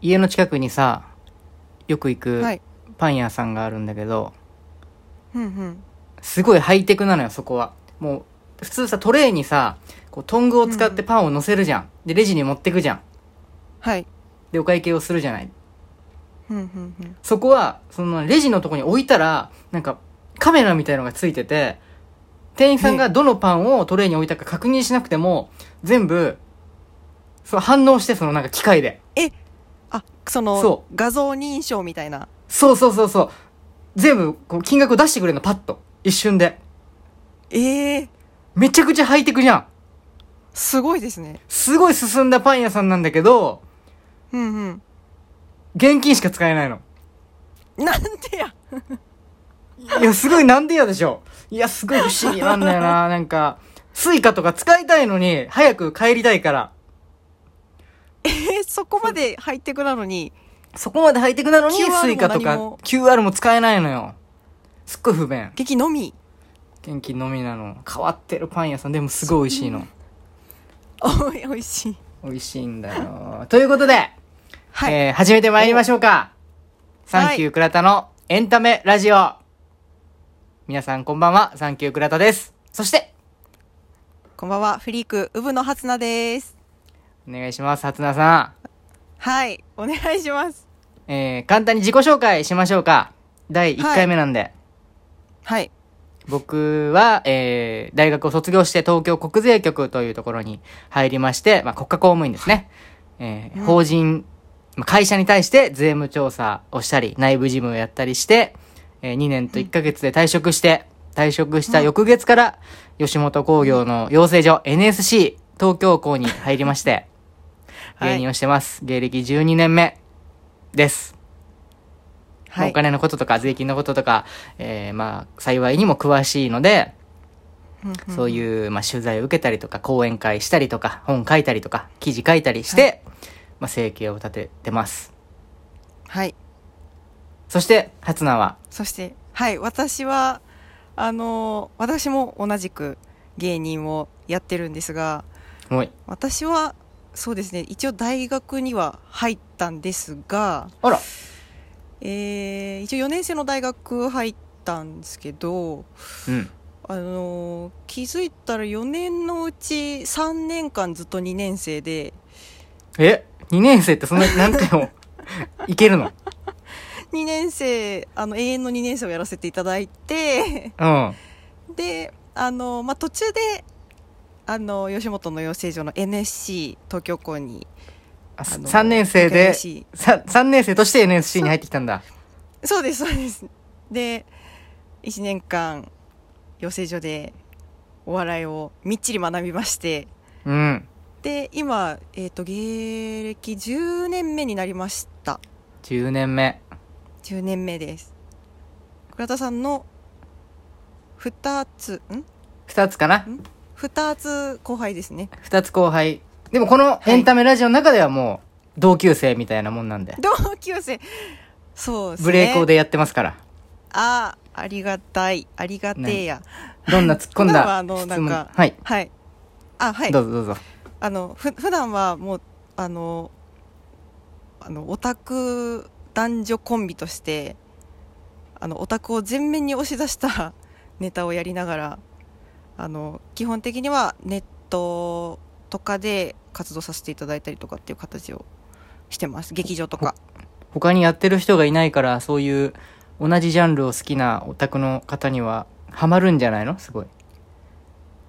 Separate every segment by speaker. Speaker 1: 家の近くにさよく行く
Speaker 2: はい
Speaker 1: パン屋さんがあるんだけど
Speaker 2: うんうん
Speaker 1: すごいハイテクなのよそこはもう普通さトレイにさこうトングを使ってパンを乗せるじゃん、でレジに持ってくじゃん
Speaker 2: はい
Speaker 1: でお会計をするじゃない
Speaker 2: うんうんうん
Speaker 1: そこはそのレジのとこに置いたらなんかカメラみたいのがついてて店員さんがどのパンをトレイに置いたか確認しなくても全部そう反応してそのなんか機械で
Speaker 2: あその
Speaker 1: そ
Speaker 2: 画像認証みたいな
Speaker 1: そうそうそうそう全部こう金額を出してくれるのパッと一瞬で
Speaker 2: ええ
Speaker 1: めちゃくちゃハイテクじゃん
Speaker 2: すごいですね
Speaker 1: すごい進んだパン屋さんなんだけど
Speaker 2: うんうん
Speaker 1: 現金しか使えないの。
Speaker 2: なんでや
Speaker 1: いや、すごいなんでやでしょ。いや、すごい不思議なんだよな。なんか、スイカとか使いたいのに、早く帰りたいから。
Speaker 2: えーそこまでハイテクなのに
Speaker 1: そこまでハイテクなのに、
Speaker 2: QR も
Speaker 1: スイカとか
Speaker 2: 何も
Speaker 1: QR も使えないのよ。すっごい不便。
Speaker 2: 劇のみ
Speaker 1: 現金のみなの。変わってるパン屋さん。でもすごい美味しいの。
Speaker 2: おいおいしい
Speaker 1: 美味しいんだよ。ということで、
Speaker 2: はい、
Speaker 1: えー、始めてまいりましょうか。サンキュー倉田のエンタメラジオ。皆さんこんばんは。サンキュー倉田です。そして、
Speaker 2: こんばんはフリークウブのはつなです
Speaker 1: お願いします。初菜さん。
Speaker 2: はいお願いします
Speaker 1: えー、簡単に自己紹介しましょうか。第1回目なんで。
Speaker 2: はい
Speaker 1: 僕は、えー、大学を卒業して東京国税局というところに入りまして、まあ、国家公務員ですね。えー
Speaker 2: うん
Speaker 1: 法人、まあ、会社に対して税務調査をしたり、内部事務をやったりして、えー、2年と1ヶ月で退職して、退職した翌月から、吉本興業の養成所 NSC 東京校に入りまして、
Speaker 2: はい
Speaker 1: 芸人をしてます。芸歴12年目です。ま
Speaker 2: は
Speaker 1: あ
Speaker 2: い
Speaker 1: お金のこととか税金のこととか、えーまあ幸いにも詳しいので、そう
Speaker 2: う
Speaker 1: いう、まあ、取材を受けたりとか講演会したりとか本書いたりとか記事書いたりして、まあ、生計を立ててます
Speaker 2: んはい
Speaker 1: そして初菜は
Speaker 2: そしてはい私はあのー私も同じく芸人をやってるんですが
Speaker 1: おい
Speaker 2: 私はそうですね一応大学には入ったんですが、
Speaker 1: あら
Speaker 2: えー一応4年生の大学入ったんですけど、
Speaker 1: うん
Speaker 2: あのー気づいたら4年のうち3年間ずっと2年生で
Speaker 1: え2年生ってそんな 何回もいけるの
Speaker 2: 2年生あの永遠の2年生をやらせていただいて
Speaker 1: うん
Speaker 2: であのー、まあ、途中であのー吉本の養成所の NSC 東京校に
Speaker 1: あ
Speaker 2: あの
Speaker 1: 3年生で
Speaker 2: NSC
Speaker 1: さ3年生として NSC に入ってきたんだ
Speaker 2: そうですそうですで1年間養成所でお笑いをみっちり学びまして
Speaker 1: うん
Speaker 2: で今、えー、と芸歴10年目になりました
Speaker 1: 10年目
Speaker 2: 10年目です倉田さんの2つん
Speaker 1: 2つかな
Speaker 2: 2つ後輩ですね
Speaker 1: 2つ後輩でもこのエンタメラジオの中ではもう同級生みたいなもんなんで
Speaker 2: 同級生そうですね
Speaker 1: ブレイクでやってますから。
Speaker 2: ああありがたいありがてえや
Speaker 1: どんな突っ 込ん
Speaker 2: 普段は
Speaker 1: だ
Speaker 2: あの
Speaker 1: 質
Speaker 2: なん
Speaker 1: 問。
Speaker 2: か
Speaker 1: はい。
Speaker 2: はいあはい
Speaker 1: どうぞどうぞ。
Speaker 2: あのふ普段はもうあのあのオタク男女コンビとしてあのオタクを前面に押し出した ネタをやりながらあの基本的にはネットとかで活動させていただいたりとかっていう形をしてます劇場とか
Speaker 1: 他にやってる人がいないから、そういう同じジャンルを好きなオタクの方には、ハマるんじゃないのすごい。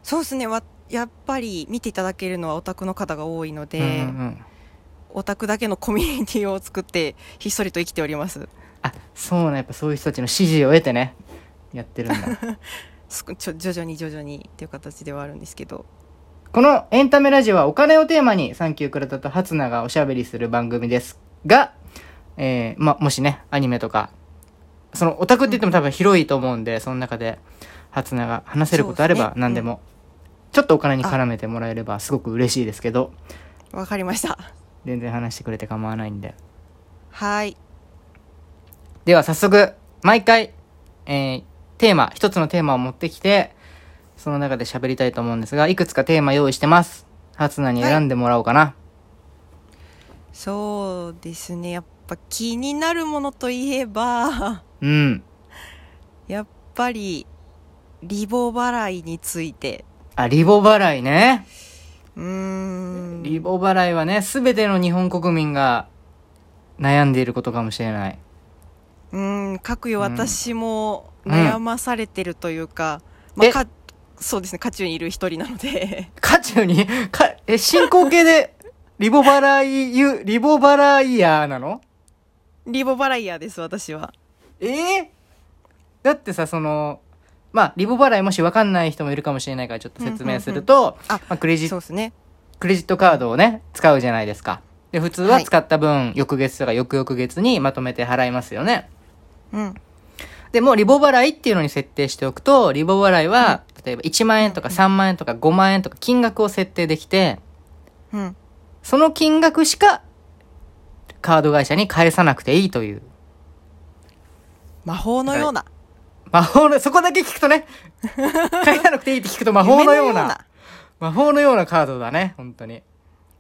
Speaker 2: そうですねわやっぱり見ていただけるのはオタクの方が多いので、
Speaker 1: うんうんうん。
Speaker 2: オタクだけのコミュニティを作ってひっそりと生きております
Speaker 1: あ、そうな、やっぱそういう人たちの支持を得てね、やってるんだ。
Speaker 2: すくちょ徐々に徐々にっていう形ではあるんですけど
Speaker 1: このエンタメラジオはお金をテーマに、サンキュー倉田とハツナがおしゃべりする番組ですが、えー、ま、もしね、アニメとか、そのオタクって言っても多分広いと思うんで、その中で、ハツナが話せることあれ
Speaker 2: そう
Speaker 1: ば
Speaker 2: ですね
Speaker 1: 何でも、ちょっとお金に絡めてもらえればすごく嬉しいですけど、
Speaker 2: わかりました。
Speaker 1: 全然話してくれて構わないんで。
Speaker 2: はい。
Speaker 1: では早速、毎回、えー、テーマ、一つのテーマを持ってきて、その中で喋りたいと思うんですが、いくつかテーマ用意してます。ハツナに選んでもらおうかな。
Speaker 2: そうですねやっぱ気になるものといえば
Speaker 1: うん。
Speaker 2: やっぱりリボ払いについて
Speaker 1: あ、リボ払いね。
Speaker 2: うーん
Speaker 1: リボ払いはね、すべての日本国民が悩んでいることかもしれない。
Speaker 2: うーんかくよ
Speaker 1: うん
Speaker 2: 私も悩まされてるというか、ま
Speaker 1: え
Speaker 2: あ、かそうですね渦中にいる一人なので
Speaker 1: 渦中に、か、え、進行形で、 リボ払い、ゆ、リボ払いヤーなの
Speaker 2: リボ払いヤーです私は
Speaker 1: えーだってさ、その、まあ、リボ払いもし分かんない人もいるかもしれないからちょっと説明すると、
Speaker 2: あ
Speaker 1: まあ、クレジッ
Speaker 2: そう
Speaker 1: ト、
Speaker 2: ですね
Speaker 1: クレジットカードをね、使うじゃないですか。で、普通は使った分、翌月とか翌々月にまとめて払いますよね。
Speaker 2: うん
Speaker 1: で、もうリボ払いっていうのに設定しておくと、リボ払いは、例えば1万円とか3万円とか5万円とか金額を設定できて、
Speaker 2: うん
Speaker 1: その金額しか、カード会社に返さなくていいという。
Speaker 2: 魔法のような
Speaker 1: 魔法の、そこだけ聞くと ね、返さなくていいって聞くと魔法のよう
Speaker 2: 夢
Speaker 1: な。魔法のようなカードだね、本当に。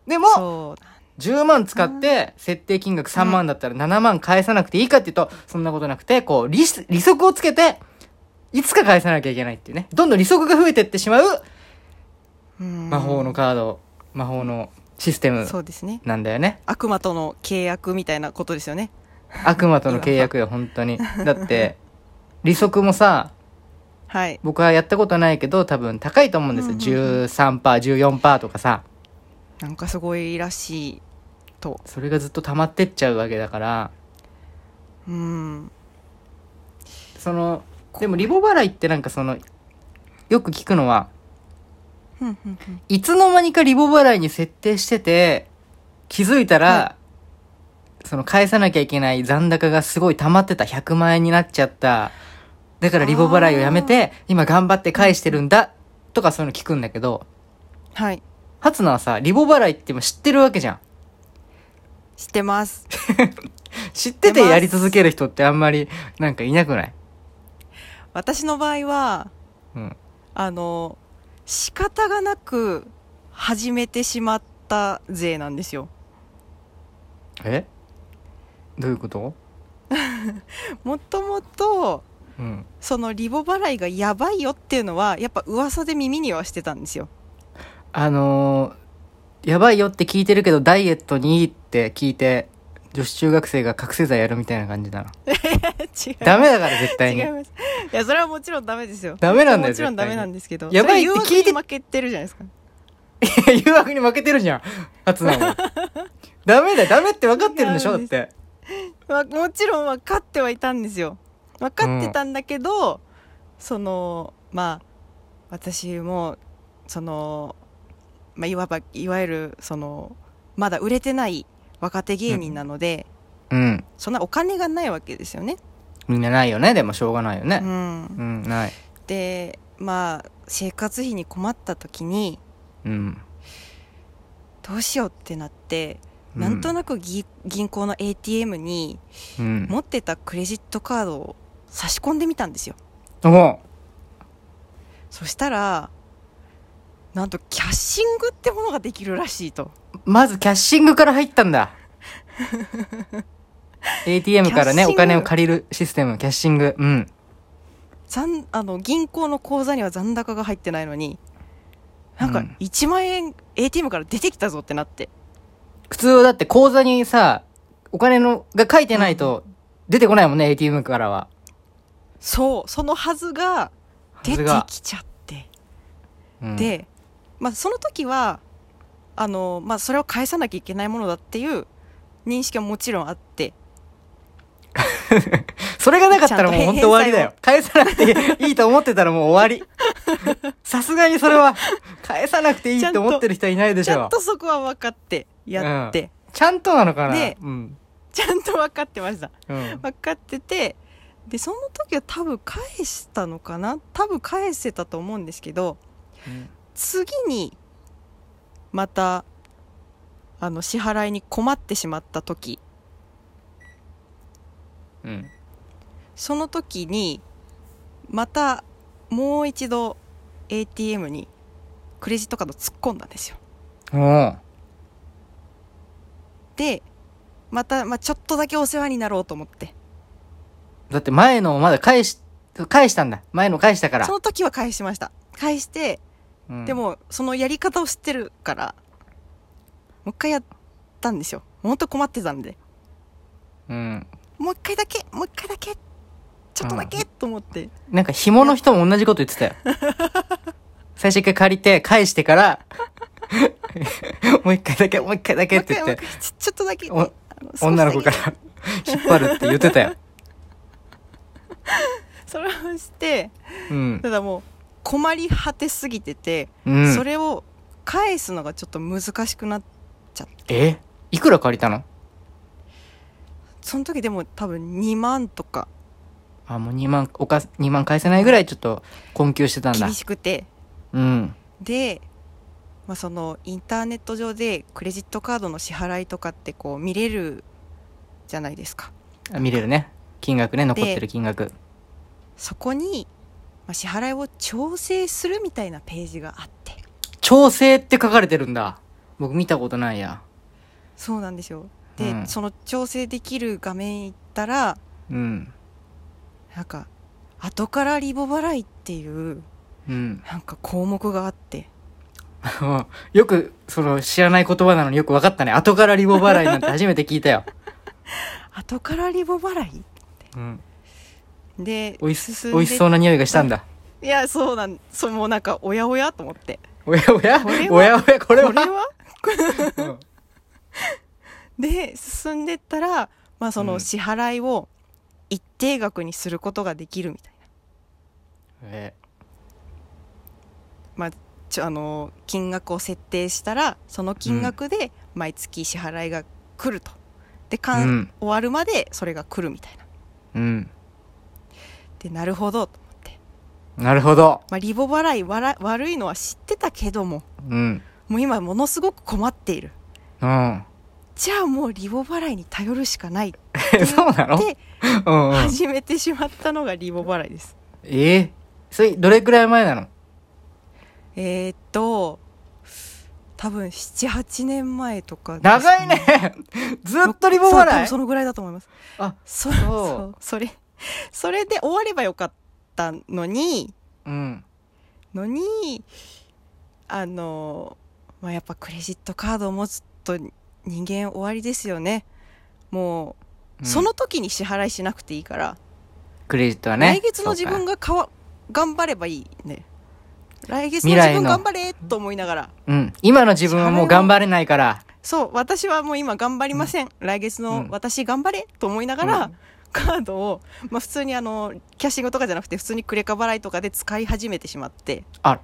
Speaker 1: でも、
Speaker 2: そう
Speaker 1: 10万使って、設定金額3万だったら7万返さなくていいかっていうと、そんなことなくて、こう、利子利息をつけて、いつか返さなきゃいけないっていうね。どんどん利息が増えてってしまう、
Speaker 2: うん
Speaker 1: 魔法のカード、魔法のシステム
Speaker 2: そうですね
Speaker 1: なんだよね。
Speaker 2: 悪魔との契約みたいなことですよね
Speaker 1: 悪魔との契約よ、本当に。だって、利息もさ、
Speaker 2: はい
Speaker 1: 僕はやったことないけど、多分高いと思うんですよ。
Speaker 2: うんうんう
Speaker 1: 13%、14%とかさ。
Speaker 2: なんかすごいらしいと
Speaker 1: それがずっと溜まってっちゃうわけだから、
Speaker 2: うん
Speaker 1: そのでもリボ払いってなんかそのよく聞くのは
Speaker 2: ふんふんふん
Speaker 1: いつの間にかリボ払いに設定してて気づいたら、
Speaker 2: は
Speaker 1: その返さなきゃいけない残高がすごい溜まってた100万円になっちゃっただからリボ払いをやめて今頑張って返してるんだとかそういうの聞くんだけど
Speaker 2: はい
Speaker 1: 初菜はさリボ払いって今知ってるわけじゃん
Speaker 2: 知ってます
Speaker 1: 知っててやり続ける人ってあんまりなんかいなくない
Speaker 2: 私の場合は
Speaker 1: うん
Speaker 2: あの仕方がなく始めてしまった税なんですよ
Speaker 1: えどういうこと
Speaker 2: もともと
Speaker 1: うん
Speaker 2: そのリボ払いがやばいよっていうのはやっぱ噂で耳にはしてたんですよ
Speaker 1: あのー、やばいよって聞いてるけど、ダイエットにいいって聞いて、女子中学生が覚醒剤やるみたいな感じだな。
Speaker 2: 違う
Speaker 1: ダメだから絶対
Speaker 2: 違
Speaker 1: に
Speaker 2: い。ますいやそれはもちろんダメですよ
Speaker 1: ダメなんだよ
Speaker 2: もちろん
Speaker 1: 絶対に
Speaker 2: ダメなんですけど
Speaker 1: やばいって
Speaker 2: それは誘
Speaker 1: 聞いて
Speaker 2: 惑に負けてるじゃないですか
Speaker 1: 誘惑に負けてるじゃん。初 なの。ダメだよ、ダメって分かってるんでしょだって。
Speaker 2: わもちろん分かってはいたんですよ分かってたんだけど、そのまあ私もその、まあ、いわばいわゆるそのまだ売れてない若手芸人なので、
Speaker 1: うん。
Speaker 2: そんなお金がないわけですよね。
Speaker 1: みんなないよね。でもしょうがないよ
Speaker 2: う
Speaker 1: ね。
Speaker 2: ん、
Speaker 1: うん、ない。
Speaker 2: でまあ生活費に困った時に
Speaker 1: うん。
Speaker 2: どうしようってなって、なんと
Speaker 1: な
Speaker 2: なくぎ銀行の ATM に
Speaker 1: く。うん。
Speaker 2: 持ってたクレジットカードを差し込んでみたんですよ。
Speaker 1: お
Speaker 2: そしたらなんとキャッシングってものができるらしいと
Speaker 1: まずキャッシングから入ったんだ。ATM からね、
Speaker 2: キャッシング
Speaker 1: お金を借りるシステム、キャッシング。うん。
Speaker 2: 残あの銀行の口座には残高が入ってないのになん
Speaker 1: う
Speaker 2: か
Speaker 1: ん
Speaker 2: 1万円 ATM から出てきたぞってなって、
Speaker 1: 普通だって口座にさ、お金の、が書いてないと出てこないもんね、ATM からは。
Speaker 2: そうそのはずが出
Speaker 1: は
Speaker 2: て
Speaker 1: ずが
Speaker 2: きちゃって、
Speaker 1: うん、
Speaker 2: で、まあ、その時はあの、まあ、それを返さなきゃいけないものだっていう認識はもちろんあって
Speaker 1: それがなかったらもう
Speaker 2: ちゃ
Speaker 1: ほん
Speaker 2: んと
Speaker 1: と終わりだよ返
Speaker 2: 返。
Speaker 1: さなくていいと思ってたらもう終わ り。さすがにそれは、返さなくていいと思ってる人はいないでし
Speaker 2: ちゃ
Speaker 1: ょ
Speaker 2: ん。とそこは分かってやって、
Speaker 1: ちゃんとなのかな
Speaker 2: で
Speaker 1: うん。
Speaker 2: ちゃんと分かってました
Speaker 1: うん。
Speaker 2: 分かっててでその時は多分返したのかな多分返せたと思うんですけど次にまたあの支払いに困ってしまった時
Speaker 1: うん。
Speaker 2: その時にまたもう一度 ATM にクレジットカード突っ込んだんですよ
Speaker 1: おう
Speaker 2: でまた、まあ、ちょっとだけお世話になろうと思って
Speaker 1: だって前のをまだ返し、返したんだ。前の返したから
Speaker 2: そ。の時は返しました返して
Speaker 1: うん
Speaker 2: で、もそのやり方を知ってるからもう一回やったんですよ本当困ってたんで
Speaker 1: うん。
Speaker 2: もう一回だけもう一回だけちょっとだけ、と思って
Speaker 1: なんか紐の人も同じこと言ってたよ。 最初一回借りて、返してから、もう一回だけ、もう一回だけって言
Speaker 2: もう
Speaker 1: って
Speaker 2: 一回、もう一回ちょちょっとだけ
Speaker 1: お
Speaker 2: あの少しだけ
Speaker 1: 女の子から 引っ張るって言ってたよ。
Speaker 2: それをして
Speaker 1: うん。
Speaker 2: ただもう困り果てすぎてて、
Speaker 1: うん。
Speaker 2: それを返すのがちょっと難しくなっちゃって
Speaker 1: えいくら借りたの
Speaker 2: その時でも多分2万とか
Speaker 1: あ、もう2万、おか、2万返せないぐらいちょっと困窮してたんだ
Speaker 2: 厳。しくて
Speaker 1: うん。
Speaker 2: で、まあ、そのインターネット上でクレジットカードの支払いとかってこう見れるじゃないですか
Speaker 1: あ見れるね。金額ね、残ってる金額。
Speaker 2: そこに、まあ、支払いを調整するみたいなページがあって
Speaker 1: 調整って書かれてるんだ。僕見たことないや。
Speaker 2: そうなんですよで、
Speaker 1: うん
Speaker 2: その調整できる画面行ったら
Speaker 1: うん。
Speaker 2: なんか後からリボ払いっていう
Speaker 1: うん。
Speaker 2: なんか項目があって
Speaker 1: うんよく、その、知らない言葉なのによく分かったね。後からリボ払いなんて初めて聞いたよ。
Speaker 2: 後からリボ払い
Speaker 1: うん。
Speaker 2: で
Speaker 1: おいし、
Speaker 2: 進ん
Speaker 1: お
Speaker 2: で
Speaker 1: いしそうな匂いがしたんだ。
Speaker 2: いやそうなんそうもうなんかおやおやと思って
Speaker 1: おやおや
Speaker 2: これは
Speaker 1: おやおやこ
Speaker 2: こ
Speaker 1: れ
Speaker 2: れ
Speaker 1: は
Speaker 2: は
Speaker 1: うん
Speaker 2: で進んでったら、まあ、そうの
Speaker 1: ん
Speaker 2: 支払いを一定額にすることができるみたいな、
Speaker 1: え
Speaker 2: ちょあの金額を設定したらその金額で毎月支払いが来るとでかん、
Speaker 1: うん
Speaker 2: 終わるまでそれが来るみたいな
Speaker 1: うん。
Speaker 2: でなるほどと思って、
Speaker 1: なるほど。
Speaker 2: まあ、リボ払いわら悪いのは知ってたけども
Speaker 1: うん。
Speaker 2: もう今ものすごく困っている
Speaker 1: うん。
Speaker 2: じゃあもうリボ払いに頼るしかないっ
Speaker 1: え、 そうなの
Speaker 2: て
Speaker 1: うんうん。
Speaker 2: 始めてしまったのがリボ払いです、
Speaker 1: えーそれ、どれくらい前なの
Speaker 2: えー、っと多分78年前とかですね、
Speaker 1: 長いねずっとリボ
Speaker 2: そう多
Speaker 1: 払
Speaker 2: 分そ
Speaker 1: い
Speaker 2: のぐらいだと思います
Speaker 1: あ、
Speaker 2: そ
Speaker 1: そう
Speaker 2: そうそれそれで終わればよかったのに
Speaker 1: うん。
Speaker 2: のにあの、まあ、やっぱクレジットカードを持つと人間終わりですよねも
Speaker 1: う
Speaker 2: うんその時に支払いしなくていいから、
Speaker 1: クレジットはね。
Speaker 2: 来月の自
Speaker 1: そ
Speaker 2: 分
Speaker 1: うか
Speaker 2: がかわ頑張ればいいね来月の自
Speaker 1: 未来
Speaker 2: 分
Speaker 1: の
Speaker 2: 頑張れと思いながら
Speaker 1: うん。今の自分はもう頑張れないから。
Speaker 2: そう私はもう今頑張りません、来月
Speaker 1: う
Speaker 2: の
Speaker 1: ん
Speaker 2: 私頑張れと思いながら、
Speaker 1: う
Speaker 2: カードを、まあ、普通にあのキャッシングとかじゃなくて普通にクレカ払いとかで使い始めてしまって
Speaker 1: あ、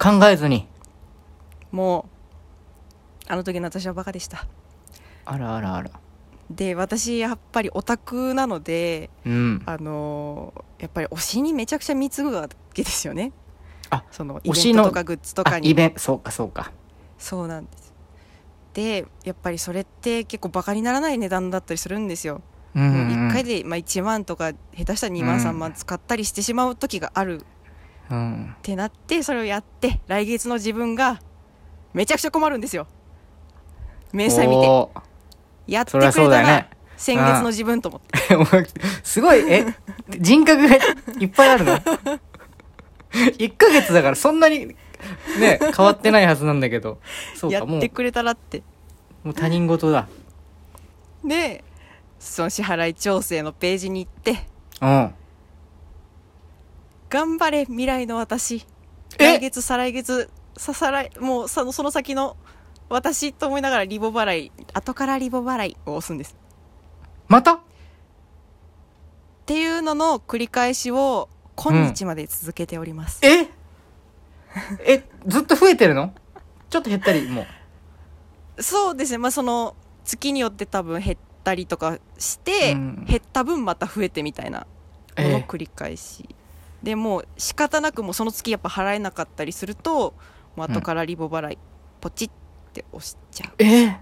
Speaker 1: 考えずに。
Speaker 2: もうあの時の私はバカでした
Speaker 1: あらあらあら。
Speaker 2: で私やっぱりオタクなので
Speaker 1: うん。
Speaker 2: あのーやっぱり推しにめちゃくちゃ貢ぐわけですよね
Speaker 1: あ
Speaker 2: そのイ
Speaker 1: 推
Speaker 2: ベ
Speaker 1: し
Speaker 2: ン
Speaker 1: の
Speaker 2: トとかグッズとか
Speaker 1: あイ
Speaker 2: に
Speaker 1: ベントそうかそうか
Speaker 2: そうなんですでやっぱりそれって結構バカにならない値段だったりするんですよ、
Speaker 1: うん
Speaker 2: もう
Speaker 1: うん
Speaker 2: 1回で、まあ、1万とか下手したら2万3万使ったりしてしまう時がある
Speaker 1: うん
Speaker 2: ってなってそれをやって来月の自分がめちゃくちゃ困るんですよ明細見て
Speaker 1: おー
Speaker 2: やって
Speaker 1: そ
Speaker 2: く
Speaker 1: りゃ
Speaker 2: れ
Speaker 1: そ
Speaker 2: た
Speaker 1: うだよ
Speaker 2: ら
Speaker 1: ね
Speaker 2: 先月の自分と思って、
Speaker 1: お前すごいえ人格がいっぱいあるの一ヶ月だからそんなにね変わってないはずなんだけどそう
Speaker 2: や
Speaker 1: かも
Speaker 2: っ
Speaker 1: う
Speaker 2: てくれたらって
Speaker 1: もう他人事だ
Speaker 2: でその支払い調整のページに行って
Speaker 1: うん
Speaker 2: 「頑張れ未来の私
Speaker 1: え
Speaker 2: 来月再来月ささらいもうそのその先の私」と思いながらリボ払い後からリボ払いを押すんです
Speaker 1: また
Speaker 2: っていうのの繰り返しを今日まで続けております、
Speaker 1: ええずっと増えてるのちょっと減ったりも
Speaker 2: そうですね、まあ、その月によって多分減ったりとかして、
Speaker 1: うん
Speaker 2: 減った分また増えてみたいな
Speaker 1: え
Speaker 2: もの
Speaker 1: え
Speaker 2: 繰り返し、でもう仕方なくもうその月やっぱ払えなかったりするともう後からリボ払い、ポチって押しちゃう
Speaker 1: えー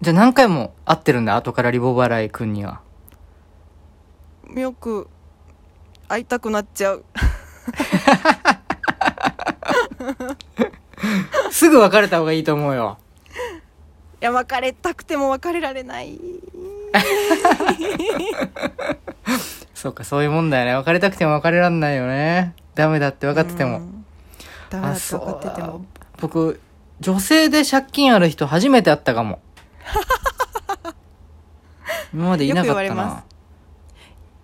Speaker 1: じゃあ何回も会ってるんだ後からリボ払いくんには
Speaker 2: よく会いたくなっちゃう
Speaker 1: すぐ別れた方がいいと思うよ
Speaker 2: や別れたくても別れられない
Speaker 1: そうか、そういうもんだよね。別れたくても別れらんないよね。ダメだって分かってても。
Speaker 2: うんダメだって分かってても
Speaker 1: 僕、女性で借金ある人初めて会ったか も。今までいなかっ
Speaker 2: よ
Speaker 1: た
Speaker 2: く言われま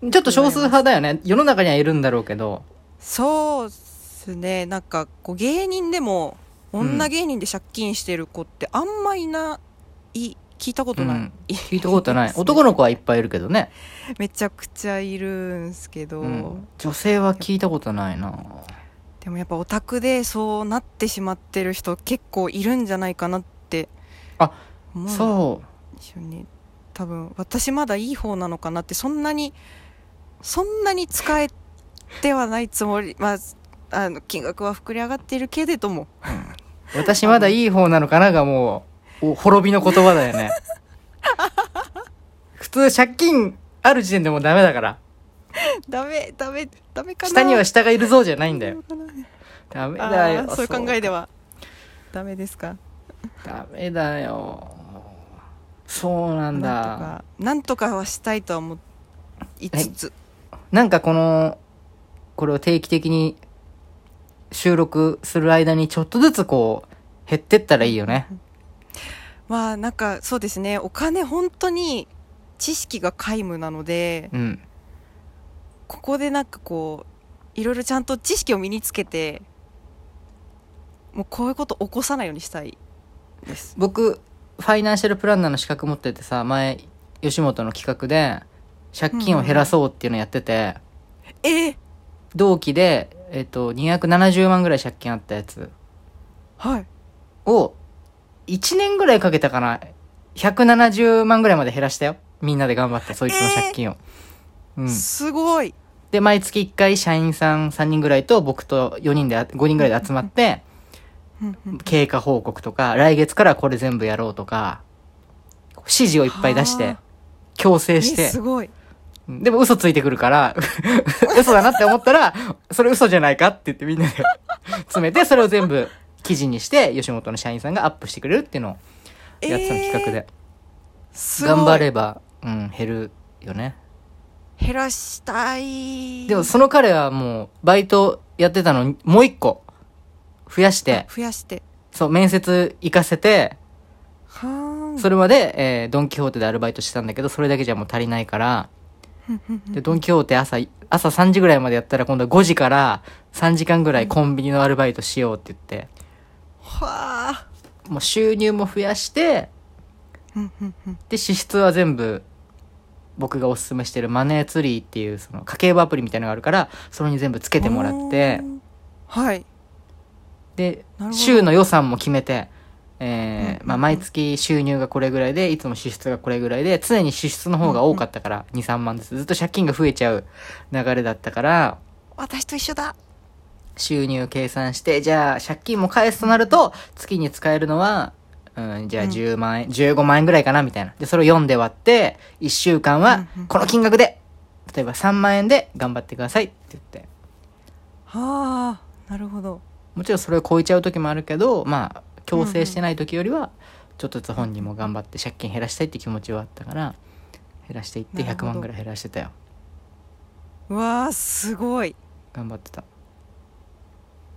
Speaker 1: な。ちょっと少数派だよね。世の中にはいるんだろうけど。
Speaker 2: そうっすねなんかこう芸人でも
Speaker 1: うん
Speaker 2: 女芸人で借金してる子ってあんまいない聞いたことない、
Speaker 1: うん聞いたこと ない。男の子はいっぱいいるけどね。
Speaker 2: めちゃくちゃいるんすけど、
Speaker 1: うん女性は聞いたことないな。
Speaker 2: でもやっぱオタクでそうなってしまってる人結構いるんじゃないかなって
Speaker 1: あ
Speaker 2: 思う
Speaker 1: そ
Speaker 2: 一緒に多分私まだいい方なのかなってそんなにそんなに使えてはないつもりまああの金額は膨れ上がっているけれども
Speaker 1: う。私まだいい方なのかながもう、お滅びの言葉だよ ね。普通借金ある時点でもうダメだから。
Speaker 2: ダメダメダメかな
Speaker 1: 下には下がいるぞじゃないんだよ。ダメ
Speaker 2: あ
Speaker 1: だよ
Speaker 2: ー。そういう考えではダメですか
Speaker 1: ダメだよ。そうなんだ。
Speaker 2: なんとかなんとかはしたいとは思いつつ、
Speaker 1: なんかこの、これを定期的に収録する間にちょっとずつこう、減ってったらいいよね。
Speaker 2: まあなんかそうですねお金本当に知識が皆無なので
Speaker 1: うん。
Speaker 2: ここでなんかこういろいろちゃんと知識を身につけてもうこういうこと起こさないようにしたいです
Speaker 1: 僕、ファイナンシャルプランナーの資格持っててさ、前、吉本の企画で、借金を減らそうっていうのやってて、
Speaker 2: えー
Speaker 1: 同期で、えっと、270万ぐらい借金あったやつ
Speaker 2: はい
Speaker 1: を、1年ぐらいかけたかな。170万ぐらいまで減らしたよ。みんなで頑張った、そいつの借金を。うん。
Speaker 2: すごい
Speaker 1: で、毎月1回社員さん3人ぐらいと僕と4人で、5人ぐらいで集まって、
Speaker 2: うんうん
Speaker 1: 経過報告とか、来月からこれ全部やろうとか、指示をいっぱい出し
Speaker 2: は
Speaker 1: て
Speaker 2: あ、
Speaker 1: 強制
Speaker 2: え
Speaker 1: して
Speaker 2: す、ごい
Speaker 1: うんでも嘘ついてくるから、 嘘だなって思ったら、それ嘘じゃないかって言ってみんなで 詰めて、それを全部記事にして、吉本の社員さんがアップしてくれるっていうのをやってたの企画
Speaker 2: えー
Speaker 1: で。
Speaker 2: すごい
Speaker 1: 頑張れば、うん、減るよね。
Speaker 2: 減らしたい
Speaker 1: でもその彼はもう、バイトやってたのに、もう一個、増やして、
Speaker 2: 増やして
Speaker 1: そう、面接行かせて、
Speaker 2: はあ
Speaker 1: それまで、えードンキホーテでアルバイトしてたんだけど、それだけじゃもう足りないから、で、ドンキホーテ朝、朝3時ぐらいまでやったら、今度は5時から3時間ぐらいコンビニのアルバイトしようって言って、
Speaker 2: はあ
Speaker 1: もう収入も増やして、
Speaker 2: うんうんうん
Speaker 1: で、支出は全部、僕がおすすめしてるマネーツリーっていう、その家計簿アプリみたいのがあるから、それに全部つけてもらって、
Speaker 2: はい
Speaker 1: で
Speaker 2: なるほど
Speaker 1: 週の予算も決めて、えーまあ、毎月収入がこれぐらいでいつも支出がこれぐらいで常に支出の方が多かったから、23万ですずっと借金が増えちゃう流れだったから
Speaker 2: 私と一緒だ
Speaker 1: 収入計算してじゃあ借金も返すとなると月に使えるのは、うん、じゃあ
Speaker 2: うん
Speaker 1: 10万円、15万円ぐらいかなみたいなでそれを読んで割って1週間は
Speaker 2: うんうん
Speaker 1: この金額で例えば3万円で頑張ってくださいって言って
Speaker 2: はあなるほど
Speaker 1: もちろんそれを超えちゃう時もあるけどまあ強制してない時よりはちょっとずつ本人も頑張って借金減らしたいって気持ちはあったから減らしていって
Speaker 2: なる
Speaker 1: 100
Speaker 2: ほど
Speaker 1: 万ぐらい減らしてたよ
Speaker 2: うわあすごい
Speaker 1: 頑張ってた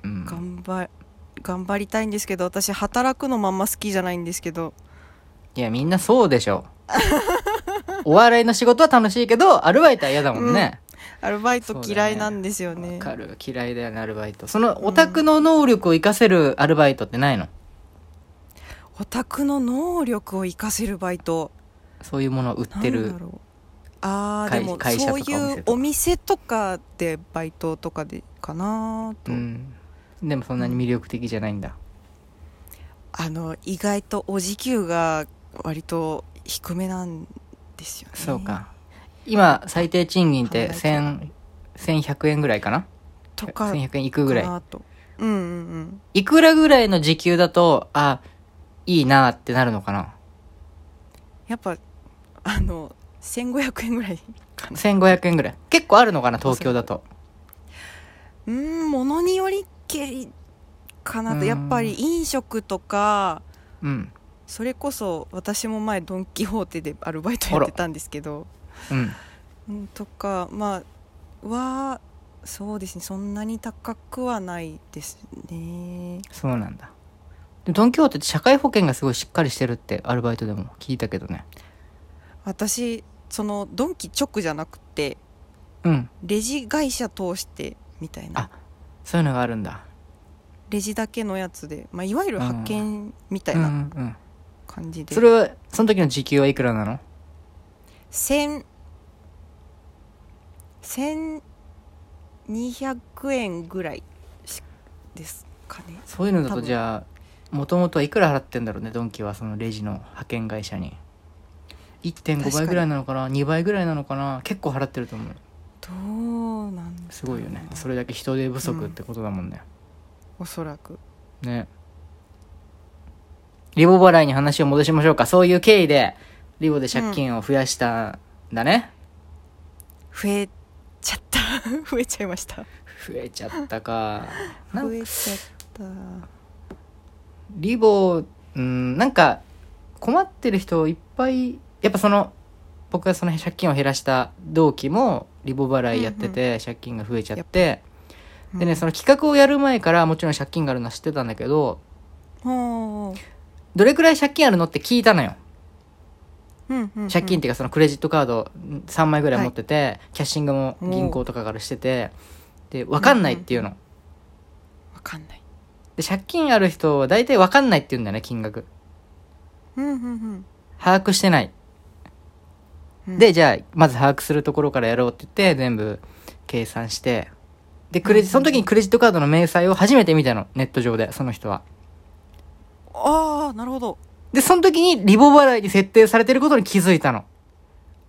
Speaker 1: うん
Speaker 2: 頑張頑張りたいんですけど私働くのまんま好きじゃないんですけど
Speaker 1: いやみんなそうでしょ お笑いの仕事は楽しいけどアルバイトは嫌だもんね、
Speaker 2: アルバイト
Speaker 1: そうだね
Speaker 2: 嫌いなんですよ
Speaker 1: わ
Speaker 2: ね
Speaker 1: かる嫌いだよねアルバイトそのオタクの能力を活かせるアルバイトってないの、
Speaker 2: オタクの能力を活かせるバイト
Speaker 1: そういうものを売って
Speaker 2: なん
Speaker 1: る
Speaker 2: だろうあー
Speaker 1: 会
Speaker 2: でも
Speaker 1: 会社と
Speaker 2: そ
Speaker 1: か
Speaker 2: う
Speaker 1: お店とか
Speaker 2: いうお店とかでバイトとかでかなと、
Speaker 1: うんでもそんなに魅力的じゃないんだ、
Speaker 2: あの意外とお時給が割と低めなんですよね
Speaker 1: そうか。今、最低賃金って
Speaker 2: 考えちゃ
Speaker 1: 1000、1100円ぐらいかな
Speaker 2: とか
Speaker 1: ?1100 円いくぐら
Speaker 2: か
Speaker 1: い。
Speaker 2: なとうんうんうん
Speaker 1: いくらぐらいの時給だと、あ、いいなってなるのかな
Speaker 2: やっぱあの1500円 ぐらい
Speaker 1: ?1500 円ぐらい。結構あるのかな東京だと。
Speaker 2: うーんものによりけりかな
Speaker 1: う
Speaker 2: と
Speaker 1: ん
Speaker 2: やっぱり飲食とか
Speaker 1: うん。
Speaker 2: それこそ私も前ドン・キホーテでアルバイトやってたんですけど
Speaker 1: うん。
Speaker 2: うんとかまあはそうですねそんなに高くはないですね
Speaker 1: そうなんだ。でドン・キホーテって社会保険がすごいしっかりしてるってアルバイトでも聞いたけどね。
Speaker 2: 私そのドンキ直じゃなくて
Speaker 1: うん。
Speaker 2: レジ会社通してみたいな
Speaker 1: あそういうのがあるんだ。
Speaker 2: レジだけのやつで、まあ、いわゆる派遣みたい
Speaker 1: うんう
Speaker 2: なん
Speaker 1: うん。
Speaker 2: 感じで、
Speaker 1: それは、その時の時給はいくらなの
Speaker 2: 千千二百円ぐらいしですかね
Speaker 1: そういうのだ
Speaker 2: 多
Speaker 1: と
Speaker 2: 分
Speaker 1: じゃあ、もともとはいくら払ってんだろうね、ドンキは、そのレジの派遣会社に。1.5
Speaker 2: 確か
Speaker 1: 倍
Speaker 2: に
Speaker 1: ぐらいなのかな ?2 倍ぐらいなのかな結構払ってると思う。
Speaker 2: どうなんだろうな
Speaker 1: すごいよね。それだけ人手不足ってことだもんね。
Speaker 2: おそらく
Speaker 1: ね。リボ払いに話を戻しましょうか。そういう経緯で、リボで借金を増やしたんだね。
Speaker 2: 増えちゃった 増えちゃいました
Speaker 1: 増えちゃった か。なん
Speaker 2: 増
Speaker 1: か
Speaker 2: えちゃった
Speaker 1: リボ、うん、なんか、困ってる人いっぱい、やっぱその、僕がその借金を減らした同期も、リボ払いやってて、借金が増えちゃって、でね、その企画をやる前から、もちろん借金があるのは知ってたんだけど、
Speaker 2: の
Speaker 1: どれくらい借金あるのって聞いたのよ。借
Speaker 2: 借
Speaker 1: 金っていうかそのクレジットカード3枚ぐらい持ってて、キャッシングも銀行とかからしててで分かんないっていうの、
Speaker 2: わかんない
Speaker 1: で借金ある人は大体分かんないっていうんだよね金額
Speaker 2: うんうん
Speaker 1: 把握してない、
Speaker 2: うん
Speaker 1: でじゃあまず把握するところからやろうって言って全部計算してでクレジその時にクレジットカードの明細を初めて見たのネット上でその人は
Speaker 2: ああなるほど
Speaker 1: でその時にリボ払いに設定されてることに気づいたの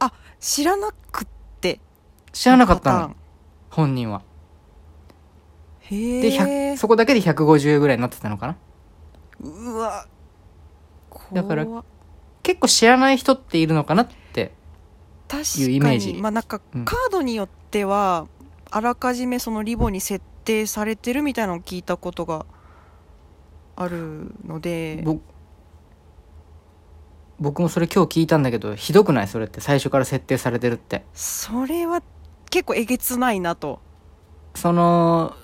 Speaker 2: あ知らなくって
Speaker 1: 知らなかった
Speaker 2: パ
Speaker 1: の本人は
Speaker 2: ターン
Speaker 1: で、
Speaker 2: へえ
Speaker 1: 100そこだけで150ぐらいになってたのかな
Speaker 2: うわ
Speaker 1: だから
Speaker 2: 怖っ
Speaker 1: 結構知らない人っているのかなって
Speaker 2: 確か
Speaker 1: いう
Speaker 2: に
Speaker 1: イメージ
Speaker 2: まあなんか
Speaker 1: うん
Speaker 2: カードによっては、あらかじめそのリボに設定されてるみたいなのを聞いたことがあるので
Speaker 1: ぼ僕もそれ今日聞いたんだけどひどくないそれって最初から設定されてるって
Speaker 2: それは結構えげつないなと
Speaker 1: その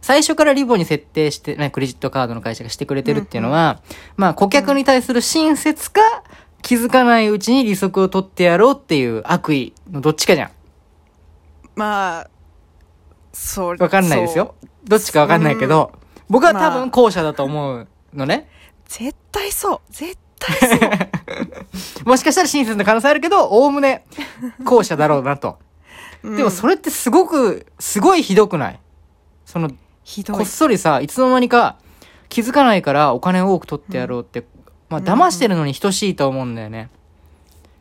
Speaker 1: 最初からリボに設定して、ね、クレジットカードの会社がしてくれてるっていうのは、まあ顧客に対する親切か気づかないうちに利息を取ってやろうっていう悪意のどっちかじゃん
Speaker 2: まあそう
Speaker 1: わかんないですよどっちかわかんないけど、僕は多分後者だと思うのね、
Speaker 2: そう絶対そう絶対
Speaker 1: もしかしたら親切の可能性あるけどおおむね後者だろうな とでもそ
Speaker 2: れ
Speaker 1: れってすごく、すごいひどくないその、
Speaker 2: ひど
Speaker 1: こ
Speaker 2: い
Speaker 1: っそりさ、いつの間にか気づかないからお金を多く取ってやろうって、まあ
Speaker 2: うん
Speaker 1: 騙してるのに等しいと思うんだよね。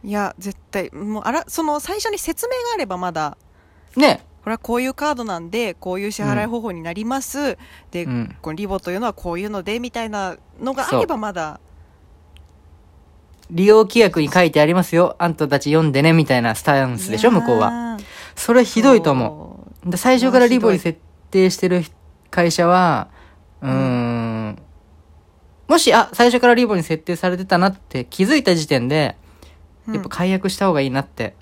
Speaker 2: いや絶対もうあらその最初に説明があればまだ
Speaker 1: ね。
Speaker 2: これはこういうカードなんでこういう支払い方法になります、で、
Speaker 1: うん。
Speaker 2: このリボというのはこういうのでみたいなのがあればまだ
Speaker 1: 利用規約に書いてありますよ。あんたたち読んでね、みたいなスタンスでしょ、向こうは。
Speaker 2: は
Speaker 1: それひどいと思
Speaker 2: 思
Speaker 1: う。で最初からリボ
Speaker 2: う
Speaker 1: に
Speaker 2: んひ
Speaker 1: 設定してる会社は、うーん。もし、あ、最初からリボに設定されてたなって気づいた時点で、
Speaker 2: う
Speaker 1: やっぱ解約した方がいいなって、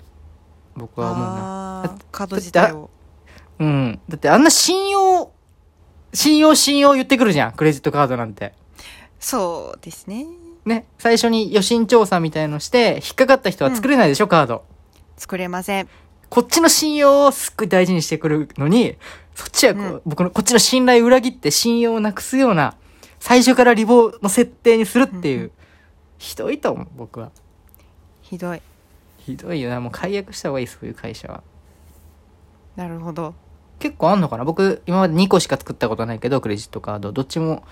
Speaker 1: 僕は思うな。
Speaker 2: あーカー
Speaker 1: だ
Speaker 2: ド
Speaker 1: って
Speaker 2: 自体を
Speaker 1: うん。だってあんな信用、信用信用言ってくるじゃん。クレジットカードなんて。
Speaker 2: そうですね
Speaker 1: ね。最初に予診調査みたいのして、引っかかった人は作れないでしょ、カード。
Speaker 2: 作れません
Speaker 1: こっちの信用をすっごい大事にしてくるのに、そっちはこう、
Speaker 2: うん
Speaker 1: 僕の、こっちの信頼裏切って信用をなくすような、最初からリボの設定にするっていう、
Speaker 2: うんう
Speaker 1: ひどいと思う、僕は。
Speaker 2: ひどい
Speaker 1: ひどいよな。もう解約した方がいい、そういう会社は。
Speaker 2: なるほど
Speaker 1: 結構あんのかな僕、今まで2個しか作ったことないけど、クレジットカード。どっちも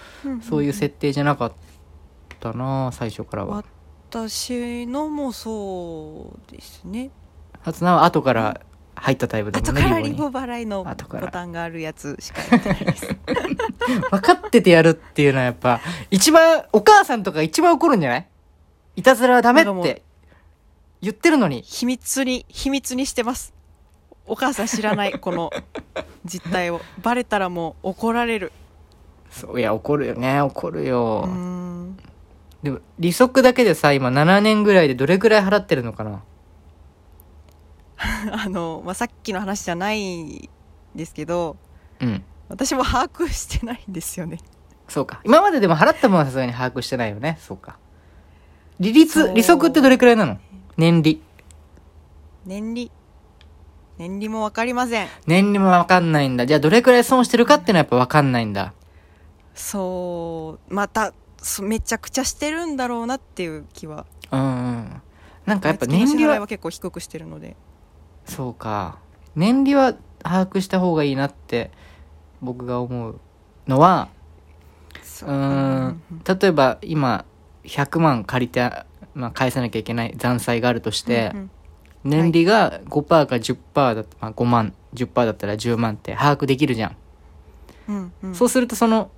Speaker 1: そういう設定じゃなかったな最初からは。
Speaker 2: 私のもそうですね
Speaker 1: 初菜は後から入ったタイプだも
Speaker 2: 後
Speaker 1: ん
Speaker 2: から
Speaker 1: ね、
Speaker 2: リ
Speaker 1: リボ
Speaker 2: ボ
Speaker 1: に。
Speaker 2: 払いのボ
Speaker 1: 後から
Speaker 2: タンがあるやつしかやってないです
Speaker 1: 分かっててやるっていうのはやっぱ、一番、お母さんとか一番怒るんじゃないいたずらはダメっ
Speaker 2: なんかもう
Speaker 1: て言ってるのに。
Speaker 2: 秘密に秘密にしてますお母さん知ら ないこの実態をバレたらもう怒られる
Speaker 1: そういや、怒るよね、怒る
Speaker 2: う
Speaker 1: よ。
Speaker 2: ん
Speaker 1: でも、利息だけでさ、今7年ぐらいでどれぐらい払ってるのかな
Speaker 2: あの、まあ、さっきの話じゃないですけど
Speaker 1: うん。
Speaker 2: 私も把握してないんですよね
Speaker 1: そうか。今まででも払った分はさすがに把握してないよね。そうか。利率
Speaker 2: そ、う
Speaker 1: 利息ってどれくらいなの年利。
Speaker 2: 年利年利も分かりません
Speaker 1: 年利もわかんないんだ。じゃあどれくらい損してるかっていうのはやっぱわかんないんだ。
Speaker 2: そうまたそめちゃくちゃしてるんだろうなっていう気は
Speaker 1: うんうん。なんかやっぱ
Speaker 2: 毎月
Speaker 1: 年
Speaker 2: の
Speaker 1: 利
Speaker 2: 支払い
Speaker 1: は、
Speaker 2: は結構低くしてるので
Speaker 1: そうか。年利は把握した方がいいなって僕が思うのは、
Speaker 2: そう
Speaker 1: ーん例えば今100万借りて、まあ、返さなきゃいけない残債があるとして
Speaker 2: うんうん
Speaker 1: 年利が5%か10%だった、まあ、5万10%だったら10万って把握できるじゃん、
Speaker 2: うんうん
Speaker 1: そうするとその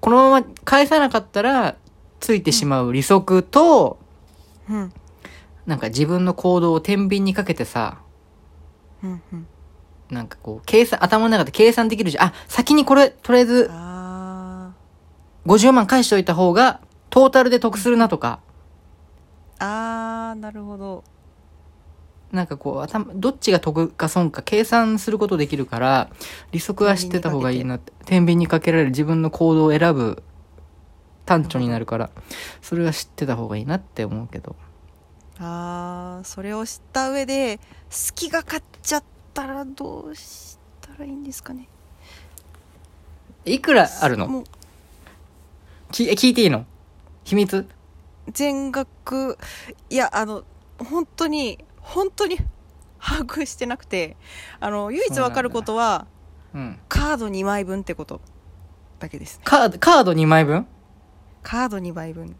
Speaker 1: このまま返さなかったらついてしまう利息と、
Speaker 2: うん
Speaker 1: なんか自分の行動を天秤にかけてさ
Speaker 2: うんうん
Speaker 1: なんかこう計算頭の中で計算できるじゃんあ先にこれとりあえず
Speaker 2: あ
Speaker 1: 50万返しておいた方がトータルで得するなとか
Speaker 2: ーあーなるほど
Speaker 1: なんかこう頭どっちが得か損か計算することできるから利息は知ってた方がいいなって天秤にかけられる自分の行動を選ぶ単調になるからそれは知ってた方がいいなって思うけど
Speaker 2: あーそれを知った上で隙が勝っちゃったらどうしたらいいんですかね
Speaker 1: いくらあるの
Speaker 2: もう
Speaker 1: きえ聞いていいの秘密
Speaker 2: 全額いやあの本当に本当に把握してなくてあの唯一わかることは
Speaker 1: うん
Speaker 2: カード2枚分ってことだけですね
Speaker 1: カードカード2枚分
Speaker 2: カード2枚分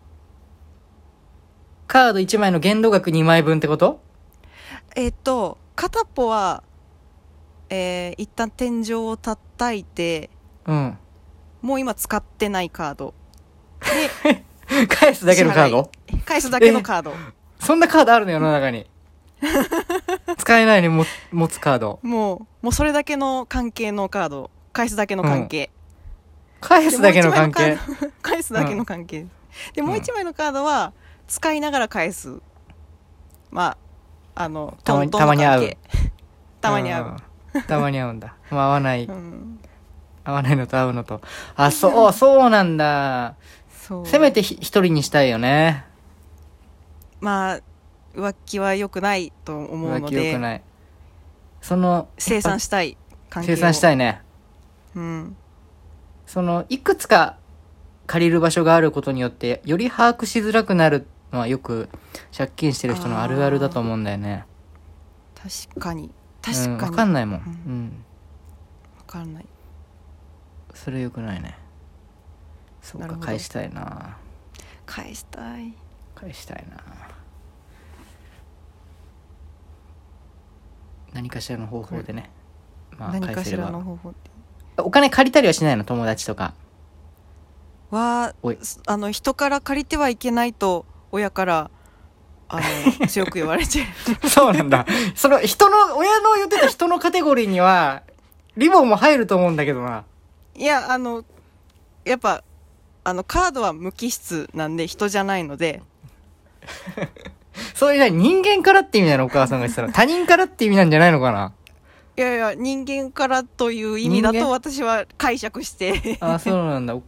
Speaker 1: カード1枚の限度額2枚分ってこと
Speaker 2: えっ、と片っぽはえー一旦天井を叩いて
Speaker 1: うん
Speaker 2: もう今使ってないカード
Speaker 1: 返すだけのカード
Speaker 2: 返すだけのカード
Speaker 1: そんなカードあるの世の中 に使えないのにも持つカード
Speaker 2: もうもうそれだけの関係のカード返すだけの関係、
Speaker 1: 返
Speaker 2: ですもう
Speaker 1: だけ
Speaker 2: 一枚
Speaker 1: の関係
Speaker 2: カード返すだけの関係、でもう一枚のカードは使いながら返すまああの
Speaker 1: たまに
Speaker 2: トントンの関係
Speaker 1: たまに合う
Speaker 2: たまに合
Speaker 1: うん。たまに合うんだ。まあ合わないう
Speaker 2: う、、ん、
Speaker 1: 合わないのと合うのと。あ、そう、そうなんだ。
Speaker 2: そう
Speaker 1: せめてひ一人にしたいよね。
Speaker 2: まあ浮気は良くないと思う
Speaker 1: 浮
Speaker 2: の
Speaker 1: 気良く
Speaker 2: で
Speaker 1: ない。その、
Speaker 2: 生産したい関係を
Speaker 1: 生産した
Speaker 2: い、
Speaker 1: いね。
Speaker 2: うん、
Speaker 1: その、いくつか借りる場所があることによって、より把握しづらくなるのはよく、借金してる人のあるあるだと思うんだよね。
Speaker 2: 確かに
Speaker 1: うん
Speaker 2: 確かに、
Speaker 1: わ
Speaker 2: 分
Speaker 1: か
Speaker 2: か
Speaker 1: んないもん。
Speaker 2: うん
Speaker 1: うん。
Speaker 2: んない
Speaker 1: それ良くないね。そう
Speaker 2: なる
Speaker 1: か、
Speaker 2: ほど
Speaker 1: 返したいな。
Speaker 2: 返したい
Speaker 1: 返したいな何かしらの方法でね、まあ
Speaker 2: 何
Speaker 1: 返
Speaker 2: か
Speaker 1: せ
Speaker 2: し
Speaker 1: れ
Speaker 2: らの
Speaker 1: ば
Speaker 2: 方法で
Speaker 1: お金借りたりはしないの友達と か
Speaker 2: は
Speaker 1: おい
Speaker 2: あの人から借りてはいけないと親からあ の強く言われて
Speaker 1: そうなんだその人の親の言ってた人のカテゴリーにはリボンも入ると思うんだけどない
Speaker 2: やあのやっぱあのカードは無機質なんで人じゃないので
Speaker 1: そういうな人間からって意味なのお母さんが言ってたら他人からって意味なんじゃないのかない
Speaker 2: やいや人間からという意味だ
Speaker 1: 人間
Speaker 2: と私は解釈して
Speaker 1: あそうなんだお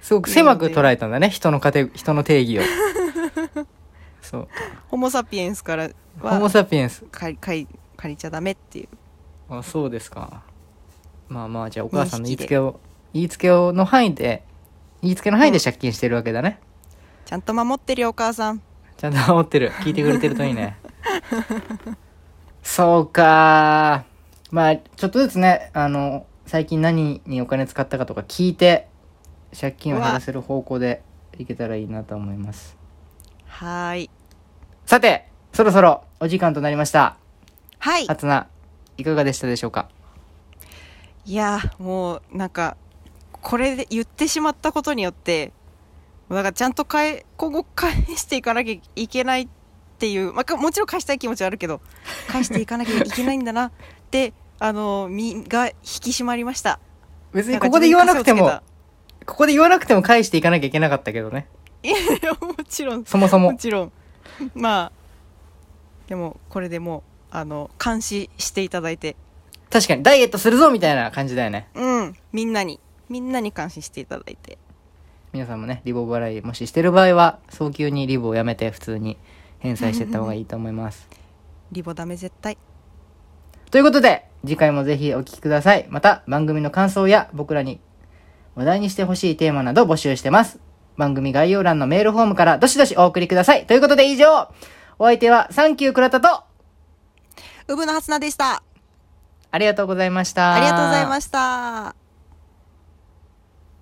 Speaker 1: すごく狭く捉えたんだね人のカテ人の定義をそう
Speaker 2: ホモ・サピエンスから
Speaker 1: ホモ・
Speaker 2: は
Speaker 1: サピエンス
Speaker 2: 借り借り借りちゃダメっていう
Speaker 1: あそうですかまあまあじゃあお母さんの言いつけを言いつけをの範囲で言いつけの範囲で借金してるわけだね、
Speaker 2: ちゃんと守ってるよお母さん
Speaker 1: ちゃんと守ってる聞いてくれてるといいねそうかまあちょっとずつねあの最近何にお金使ったかとか聞いて借金を減らせる方向でいけたらいいなと思います
Speaker 2: はーい
Speaker 1: さてそろそろお時間となりました
Speaker 2: はい
Speaker 1: 初菜いかがでしたでしょうか
Speaker 2: いやもうなんかこれで言ってしまったことによってもうなんかちゃんと返今後返していかなきゃいけないっていう、まあか、もちろん返したい気持ちはあ るけど返していかなきゃいけないんだなってあの身が引き締まりました
Speaker 1: 別
Speaker 2: な
Speaker 1: に
Speaker 2: んか
Speaker 1: ここで言わなくて
Speaker 2: 自
Speaker 1: も
Speaker 2: 分に
Speaker 1: ここで言わなくても返していかなきゃいけなかったけどね。
Speaker 2: いやいやもちろん
Speaker 1: そもそ
Speaker 2: も
Speaker 1: も。
Speaker 2: ちろんまあでもこれでもうあの監視していただいて
Speaker 1: 確かに、ダイエットするぞみたいな感じだよね。
Speaker 2: うんみんなにみんなに監視していただいて
Speaker 1: 皆さんもね、リボ払い、もししてる場合は、早急にリボをやめて、普通に返済していった方がいいと思います。
Speaker 2: リボダメ絶対
Speaker 1: ということで、次回もぜひお聞きください。また、番組の感想や僕らに話題にしてほしいテーマなど募集してます。番組概要欄のメールフォームからどしどしお送りください。ということで以上、お相手はサンキュー倉田と、
Speaker 2: うぶのはつなでした
Speaker 1: ありがとうございました。
Speaker 2: ありがとうございました